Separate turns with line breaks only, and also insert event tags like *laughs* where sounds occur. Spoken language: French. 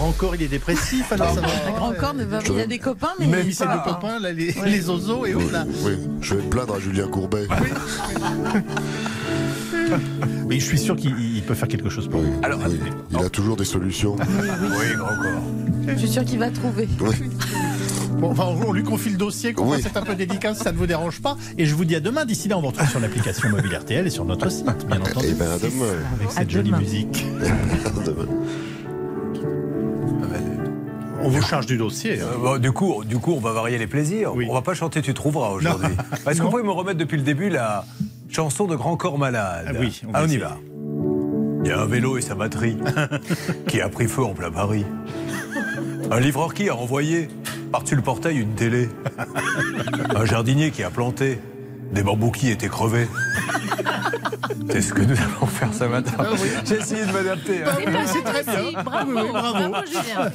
encore, il est dépressif. Alors ça va.
Un grand corps ne va-
Je
Il a
vais-
des copains, mais.
Même il s'est
pas,
des
hein.
copains, là, les, les ozos et
Oui,
autres. là.
oui. je vais me plaindre à Julien Courbet.
Mais je suis sûr qu'il il peut faire quelque chose pour lui.
Alors,
Oui, Il a toujours des solutions. *laughs*
oui, grand corps.
Je suis sûr qu'il va trouver.
Bon, enfin, en gros, on lui confie le dossier. quoi.
Oui.
C'est un peu délicat si ça ne vous dérange pas. Et je vous dis à demain. D'ici là, on vous retrouve sur l'application mobile RTL et sur notre site, bien entendu.
Eh ben, à demain.
Avec cette
À
jolie
demain.
musique.
À demain.
On vous charge du dossier. hein.
Euh, bon, du, coup, du coup, on va varier les plaisirs.
Oui.
On va pas chanter Tu trouveras aujourd'hui. Est-ce que
Non.
vous pouvez me remettre depuis le début la chanson de Grand Corps Malade
Ah oui, on
on,
va
on y
essayer.
va. Il y a un vélo et sa
*laughs*
batterie qui a pris feu en plein Paris. Un livreur qui a envoyé par-dessus le portail
*laughs*
une télé. Un jardinier qui a planté des bambous qui
*laughs*
étaient crevés. C'est ce que nous allons faire ce matin.
Ah
J'ai essayé de m'adapter. hein.
C'est très bien.
Bravo,
Oui, oui, bravo.
bravo Julien.